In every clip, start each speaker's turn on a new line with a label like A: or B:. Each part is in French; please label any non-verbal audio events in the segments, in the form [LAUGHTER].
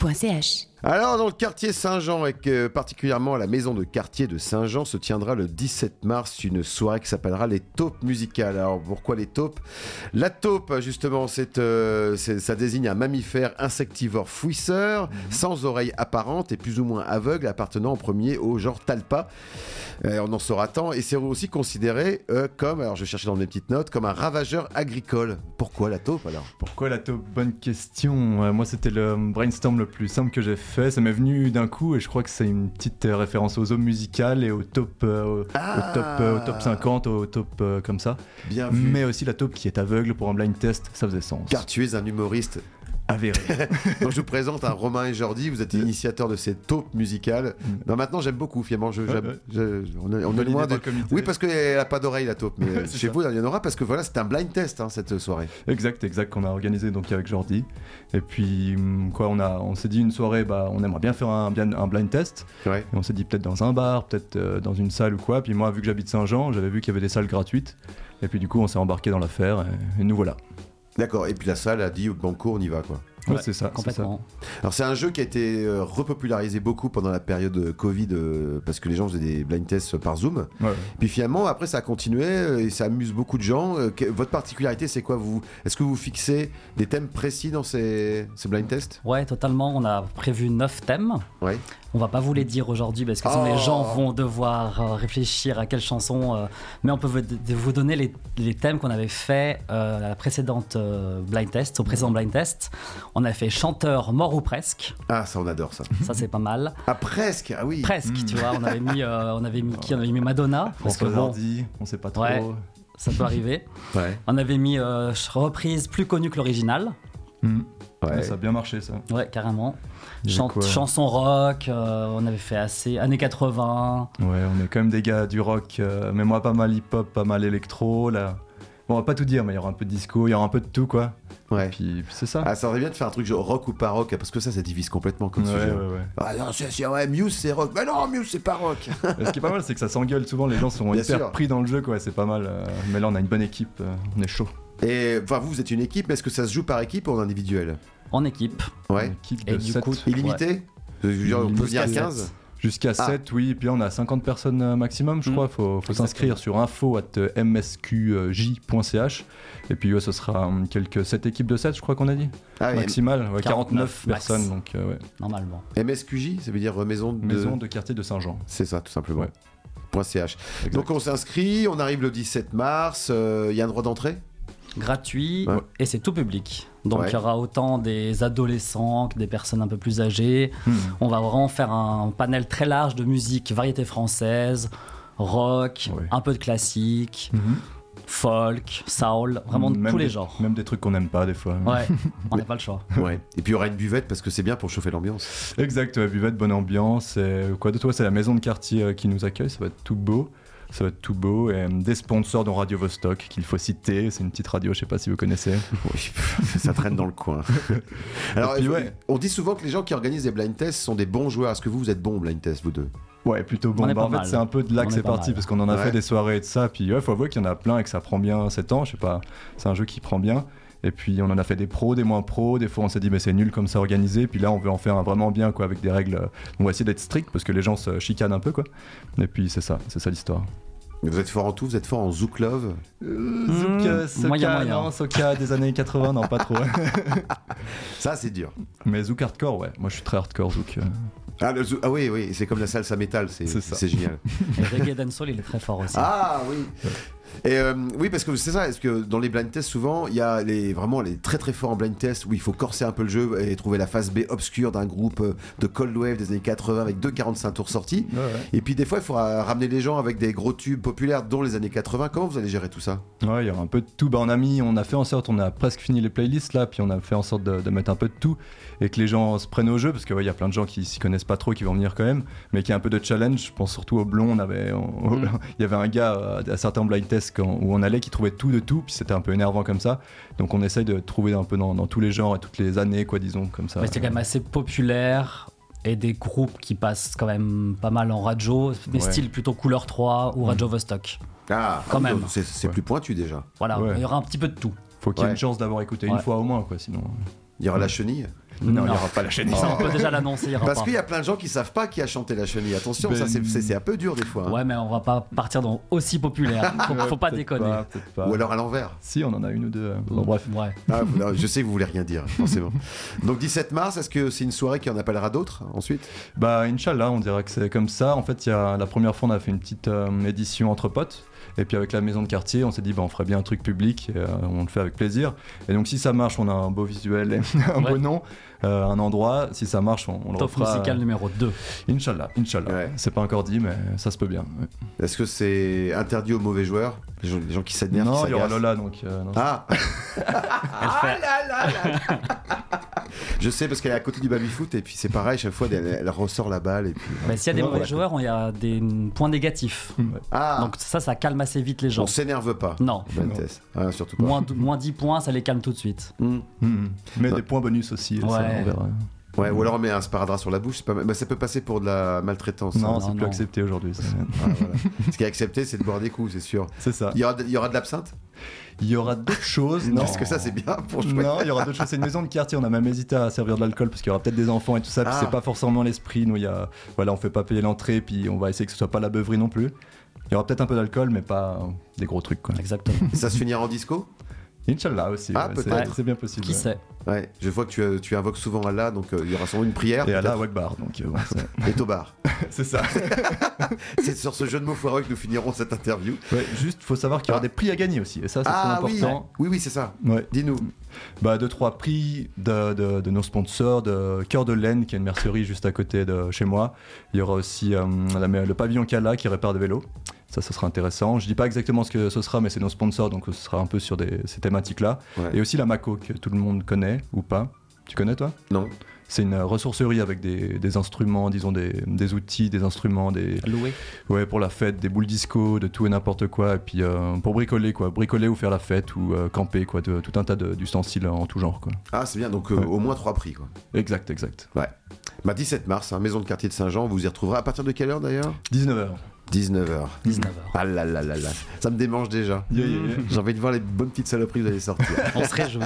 A: radiovostok.ch.
B: Alors, dans le quartier Saint-Jean, avec euh, particulièrement à la maison de quartier de Saint-Jean, se tiendra le 17 mars une soirée qui s'appellera les taupes musicales. Alors, pourquoi les taupes La taupe, justement, c'est, euh, c'est- ça désigne un mammifère insectivore fouisseur,
C: Mhm.
B: sans oreilles apparentes et plus ou moins aveugle, appartenant en premier au genre Talpa. Euh, on en saura tant. Et c'est aussi considéré euh, comme, alors je cherchais dans mes petites notes, comme un ravageur agricole. Pourquoi la taupe alors
C: Pourquoi la taupe Bonne question. Euh, moi, c'était le brainstorm le plus simple que j'ai fait. Ça m'est venu d'un coup et je crois que c'est une petite euh, référence aux hommes musicales et au top, euh, au- au, top, euh, au top 50, au top euh, comme ça.
B: Ah, Bien Ah. vu.
C: Mais aussi la taupe qui est aveugle pour un blind test, ça faisait sens.
B: Car tu es un humoriste
C: Avéré.
B: Donc je vous présente un Romain et Jordi, vous êtes initiateur de cette taupe musicale. Non, maintenant j'aime beaucoup, finalement. Je, j'aime-
C: Mm. Ouais, ouais.
B: je- je- [LAUGHS] on est, on est loin de. Oui, parce qu'elle n'a pas d'oreille la taupe, mais euh,
C: [LAUGHS] C'est
B: chez
C: ça.
B: vous il y en aura parce que voilà, c'est un blind test hein, cette soirée.
C: Exact, exact, qu'on a organisé donc avec Jordi. Et puis, hum, quoi, on, a, on s'est dit une soirée, bah, on aimerait bien faire un, bien, un blind test.
B: Ouais.
C: Et on s'est dit peut-être dans un bar, peut-être euh, dans une salle ou quoi. Puis moi, vu que j'habite Saint-Jean, j'avais vu qu'il y avait des salles gratuites. Et puis du coup, on s'est embarqué dans l'affaire et, et nous voilà.
B: D'accord, et puis la salle a dit banco, on y va quoi.
C: Ouais,
D: Ouais,
C: c'est ça. c'est ça.
D: Complètement.
B: Alors c'est un jeu qui a été euh, repopularisé beaucoup pendant la période euh, Covid euh, parce que les gens faisaient des blind tests euh, par Zoom.
C: Ouais.
B: Puis finalement, après, ça a continué euh, et ça amuse beaucoup de gens. Euh, que- Votre particularité, c'est quoi vous Est-ce que vous fixez des thèmes précis dans ces, ces blind tests
D: Ouais, totalement. On a prévu neuf thèmes.
B: Ouais.
D: On va pas vous les dire aujourd'hui parce que sinon
B: Oh.
D: les gens vont devoir euh, réfléchir à quelle chanson. euh, mais on peut vous, de- vous donner les, les thèmes qu'on avait fait euh, à la précédente euh, blind test, au précédent blind test. On a fait chanteur mort ou presque.
B: Ah, ça, on adore ça.
D: Ça c'est pas mal.
B: Ah, presque Ah oui
D: Presque, tu vois. On avait mis, euh, on avait mis qui On avait mis Madonna. Parce que
C: François
D: bon,
C: Hardy, on sait pas trop.
D: Ouais. ça peut arriver.
B: Ouais.
D: On avait mis euh, reprise plus connue que l'original.
C: Hum.
B: Ouais.
C: Ouais, ça a bien marché ça.
D: Ouais, carrément.
C: Il y avait
D: Chan-
C: quoi
D: chanson rock, euh, on avait fait assez. Années 80.
C: Ouais, on est quand même des gars du rock, euh, mais moi pas mal hip-hop, pas mal électro là. Bon, on va pas tout dire, mais il y aura un peu de disco, il y aura un peu de tout quoi.
B: ouais.
C: Puis, puis c'est ça.
B: Ah, ça aurait bien de faire un truc genre rock ou pas rock, parce que ça, ça divise complètement comme
C: Ouais,
B: sujet.
C: ouais, ouais.
B: Ah non, c'est, c'est- ouais, Muse c'est rock. Mais non, Muse c'est pas rock.
C: Et Ce qui est pas mal, c'est que ça s'engueule souvent, les gens sont
B: Bien
C: hyper
B: sûr.
C: pris dans le jeu, quoi, c'est pas mal. euh, mais là, on a une bonne équipe, euh, on est chaud.
B: Et enfin, vous, vous êtes une équipe, mais est-ce que ça se joue par équipe ou en individuel
D: En équipe.
C: Une
B: Ouais.
C: équipe
D: Et
C: de
D: du
C: 7.
D: coup,
B: Illimité Je veux dire, On peut venir à
D: Jusqu'à
B: 15
D: sept.
C: Jusqu'à
B: Ah.
C: 7, oui, puis on a 50 personnes euh, maximum, je
D: Mm.
C: crois. Faut, faut s'inscrire sur info at msqj.ch. Et puis, ouais, ce sera hum, quelques 7 équipes de 7, je crois qu'on a dit.
B: Ah, ouais,
C: Maximal, ouais, 49,
D: 49 max.
C: personnes, donc euh, ouais.
D: Normalement.
B: MSQJ, ça veut dire euh, maison de.
C: Maison de quartier de Saint-Jean.
B: C'est ça, tout simplement.
C: Ouais.
B: Point .ch.
C: Exact.
B: Donc on s'inscrit, on arrive le 17 mars, euh, il y a un droit d'entrée
D: Gratuit
B: Ouais.
D: et c'est tout public. Donc il
B: Ouais.
D: y aura autant des adolescents que des personnes un peu plus âgées.
C: Hmm.
D: On va vraiment faire un panel très large de musique, variété française, rock,
C: Ouais.
D: un peu de classique, folk, soul, Mhm. vraiment de
C: Même
D: tous
C: des-
D: les genres.
C: Même des trucs qu'on n'aime pas, des fois.
D: Ouais, on n'a pas le choix.
B: Ouais. Et puis il y aura une buvette parce que c'est bien pour chauffer l'ambiance.
C: Exact, ouais, buvette, bonne ambiance. Et quoi de toi C'est la maison de quartier euh, qui nous accueille, ça va être tout beau. Ça va être tout beau. Et euh, des sponsors dont Radio Vostok qu'il faut citer. C'est une petite radio, je sais pas si vous connaissez.
B: Oui, [LAUGHS] ça traîne dans le
C: [LAUGHS]
B: coin. Alors,
C: Et puis,
B: euh,
C: ouais.
B: on dit souvent que les gens qui organisent des blind tests sont des bons joueurs. Est-ce que vous, vous êtes bons au blind test, vous deux
C: Ouais, plutôt bon.
D: On est
C: Bah,
D: pas
C: en fait,
D: mal.
C: c'est un peu de là
D: On
C: que
D: est
C: c'est
D: pas
C: parti,
D: mal.
C: parce qu'on en a
B: Ouais.
C: fait des soirées et de ça. Puis ouais, faut avouer qu'il y en a plein et que ça prend bien 7 ans, je sais pas. C'est un jeu qui prend bien. Et puis on en a fait des pros, des moins pros. Des fois, on s'est dit, mais c'est nul comme ça organisé. Puis là, on veut en faire un vraiment bien, quoi, avec des règles. euh, On va essayer d'être strict parce que les gens se chicanent un peu, quoi. Et puis c'est ça, c'est ça l'histoire.
B: Vous êtes fort en tout, vous êtes fort en Zouk Love.
D: Zouk, euh,
C: Zouk,
D: Soka, moyen, moyen.
C: non,
D: non,
C: Soka des années 80, non, pas trop.
B: Ça, c'est dur.
C: [LAUGHS] Mais Zouk hardcore, ouais. Moi, je suis très hardcore Zouk. euh.
B: Ah, le Zouk- ah oui, oui, c'est comme la salsa métal, c'est,
C: [LAUGHS] C'est ça.
B: c'est génial.
D: Et Reggae Dancehall, il est très fort aussi.
B: ah oui et euh, oui parce que c'est ça, est-ce que dans les blind tests souvent il y a les vraiment les très très forts en blind test où il faut corser un peu le jeu et trouver la phase B obscure d'un groupe euh, de cold wave des années 80 avec 2,45 tours sortis. Et puis des fois, il faudra ramener les gens avec des gros tubes populaires, dont les années 80. Comment vous allez gérer tout ça
C: Ouais, il y aura un peu de tout. Bah, on a mis, on a fait en sorte, on a presque fini les playlists là, puis on a fait en sorte de, de mettre un peu de tout et que les gens se prennent au jeu, parce que ouais, il y a plein de gens qui s'y connaissent pas trop, qui vont venir quand même, mais qui a un peu de challenge. Je pense surtout au blond. On avait, on-
D: Mm.
C: [LAUGHS] il y avait un gars euh, à certains blind tests quand- où on allait qui trouvait tout de tout, puis c'était un peu énervant comme ça. Donc on essaye de trouver un peu dans, dans tous les genres et toutes les années, quoi, disons comme ça.
D: Mais c'est quand même assez populaire et des groupes qui passent quand même pas mal en radio, des
C: Ouais.
D: styles plutôt couleur 3
B: Mm.
D: ou radio Vostok.
B: Ah,
D: Quand même.
B: C'est, c'est
C: Ouais.
B: plus pointu déjà.
D: Voilà,
C: Ouais.
D: il y aura un petit peu de tout.
C: Faut qu'il y ait
B: Ouais.
C: une chance d'avoir écouté une
D: Ouais.
C: fois au moins, quoi, sinon. euh,
B: Il y aura la chenille. Ah.
C: Non, il n'y aura pas la chaîne.
D: Ça, on peut déjà l'annoncer. il y aura
B: Parce
D: pas.
B: qu'il y a plein de gens qui savent pas qui a chanté la chenille. Attention,
C: Ben-
B: ça c'est- c'est c'est un peu dur des fois. hein.
D: Ouais, mais on va pas partir dans
C: [LAUGHS]
D: aussi populaire. Faut, Ah, faut pas
C: Peut-être
D: déconner.
C: pas, peut-être pas.
B: Ou alors à l'envers.
C: Si, on en a une ou deux. euh, Bon, bref.
D: Ouais.
B: Ah, vous- non, je sais que vous voulez rien dire, forcément. Donc 17 mars, est-ce que c'est une soirée qui en appellera d'autres ensuite
C: Bah, Inch'Allah, on dirait que c'est comme ça. En fait, il y a, la première fois, on a fait une petite euh, édition entre potes. Et puis, avec la maison de quartier, on s'est dit, bah, on ferait bien un truc public. et, euh, on le fait avec plaisir. Et donc, si ça marche, on a un beau visuel et [LAUGHS] un beau
D: Ouais. nom.
C: Euh, un endroit, si ça marche, on, on le
D: Top
C: refera. euh,
D: musical numéro 2.
C: Inch'Allah, Inch'Allah.
B: Ouais.
C: C'est pas encore dit, mais ça se peut bien. ouais.
B: Est-ce que c'est interdit aux mauvais joueurs les gens, les gens qui s'énervent qui
C: non, il y aura
B: s'agacent
C: Lola, donc. euh, non.
B: Ah
C: Ah
D: Elle fait-
B: Je sais parce qu'elle est à côté du baby foot et puis c'est pareil, chaque fois elle, elle ressort la balle et puis.
D: Mais Bah, s'il y a des
B: Non,
D: mauvais
B: voilà.
D: joueurs, il y a des points négatifs.
C: Ouais.
B: Ah
D: Donc ça, ça calme assez vite les gens.
B: On s'énerve pas.
D: Non.
B: Benitez. Ah, surtout pas.
D: Moins, moins 10 points, ça les calme tout de suite.
B: Mm.
C: Mhm. Mais
B: Ouais.
C: des points bonus aussi, ça,
D: Ouais.
C: on verra.
B: Ouais, ou alors on met un sparadrap sur la bouche, c'est pas mal. Bah, ça peut passer pour de la maltraitance. hein.
C: Non,
D: non,
C: c'est plus
D: non.
C: accepté aujourd'hui. ça.
B: Ah, voilà. Ce qui est accepté, c'est de boire des coups, [LAUGHS] c'est sûr.
C: C'est ça.
B: Il y aura de, il y aura de l'absinthe
C: Il y aura d'autres choses. Non.
B: Parce que ça, c'est bien pour jouer.
C: Non, il y aura d'autres choses. C'est une maison de quartier. On a même hésité à servir de l'alcool parce qu'il y aura peut-être des enfants et tout ça. Puis
B: Ah.
C: c'est pas forcément l'esprit. Nous, il y a, voilà, on fait pas payer l'entrée. Puis on va essayer que ce soit pas la beuverie non plus. Il y aura peut-être un peu d'alcool, mais pas euh, des gros trucs. Quoi. [LAUGHS]
D: Exactement.
B: Ça se finira en disco
C: Inch'Allah aussi.
B: Ah,
C: c'est-
B: peut-être.
C: C'est bien possible.
D: Qui
C: ouais.
D: sait
B: Ouais, je vois que tu, euh, tu invoques souvent Allah, donc euh, il y aura sans doute une prière.
C: Et à la
B: peut-être,
C: Wagbar. Donc, euh,
B: [LAUGHS]
C: bon, c'est-
B: Et Tobar.
C: c'est ça.
B: c'est sur ce jeu de mots foireux que nous finirons cette interview.
C: Ouais, juste, faut savoir qu'il y aura
B: Ah.
C: des prix à gagner aussi. Et ça, c'est
B: Ah
C: très
B: oui,
C: important.
B: oui, oui, c'est ça.
C: Ouais.
B: Dis-nous.
C: Bah, deux, trois prix de, de- de nos sponsors, de Cœur de Laine, qui est une mercerie juste à côté de chez moi. Il y aura aussi euh, la mer- le pavillon Cala qui répare des vélos. Ça, ce sera intéressant. Je dis pas exactement ce que ce sera, mais c'est nos sponsors, donc ce sera un peu sur des- ces thématiques-là.
B: Ouais.
C: Et aussi la Mako, que tout le monde connaît ou pas. Tu connais, toi
B: Non.
C: C'est une euh, ressourcerie avec des, des instruments, disons des, des outils, des instruments, des,
D: Loué.
C: Ouais, pour la fête, des boules disco, de tout et n'importe quoi, et puis euh, pour bricoler quoi, bricoler ou faire la fête ou euh, camper quoi, de, tout un tas de- d'ustensiles en tout genre quoi.
B: Ah, c'est bien, donc euh,
C: Ouais.
B: au moins trois prix. Quoi.
C: Exact, exact.
B: Bah, 17 mars, hein, maison de quartier de Saint-Jean, vous y retrouverez à partir de quelle heure d'ailleurs
C: 19h.
B: 19h.
D: 19h.
B: Ah là là là là, ça me démange déjà. J'ai envie de voir les bonnes petites saloperies que vous allez sortir.
D: On se réjouit.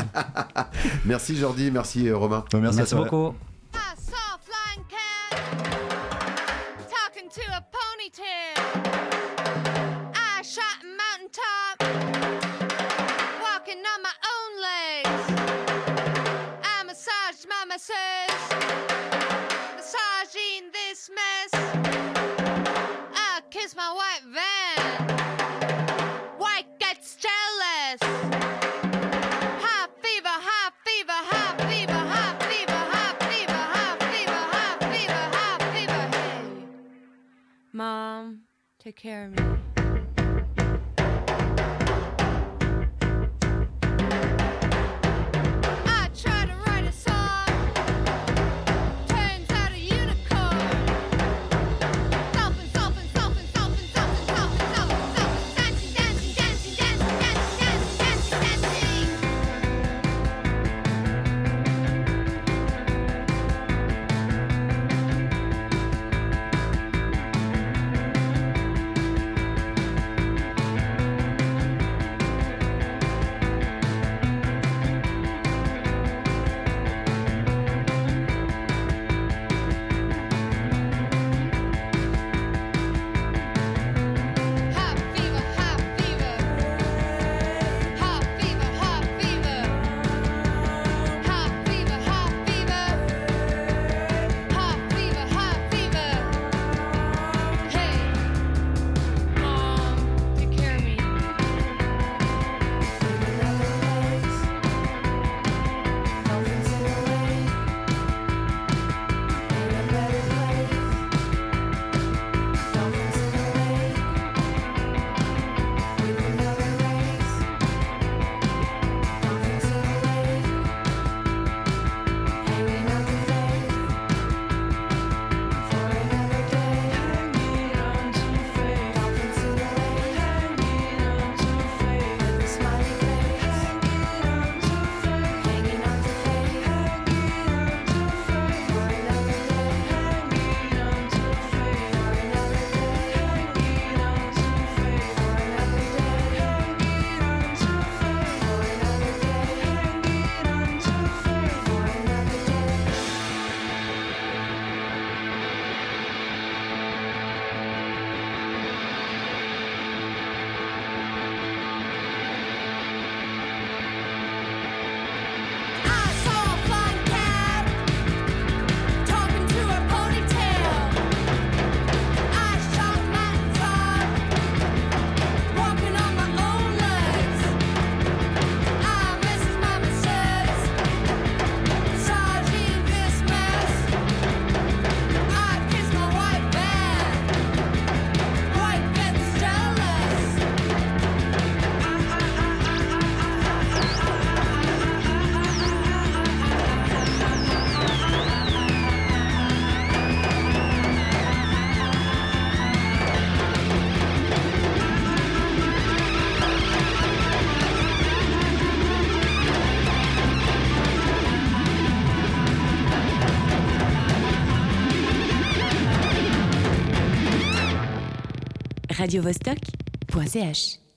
B: [LAUGHS] merci Jordi, merci euh, Romain.
C: Merci, à
D: Merci
C: toi.
D: beaucoup.
A: I saw a flying cat talking to a ponytail. I shot a mountaintop, walking on my own legs. I massaged my masseuse, massaging this mess. I kissed my white van. White gets jealous. High fever, high fever, high fever, high fever, high fever, high fever, high fever, high fever. Hey, Mom, take care of me. I tried to write a song. Turns out a unicorn. Dolphin, dolphin, dolphin, dolphin, dolphin, dolphin, dolphin, dolphin. Dancing, dancing, dancing, dancing, dancing, dancing, dancing, dancing.
E: radiovostok.ch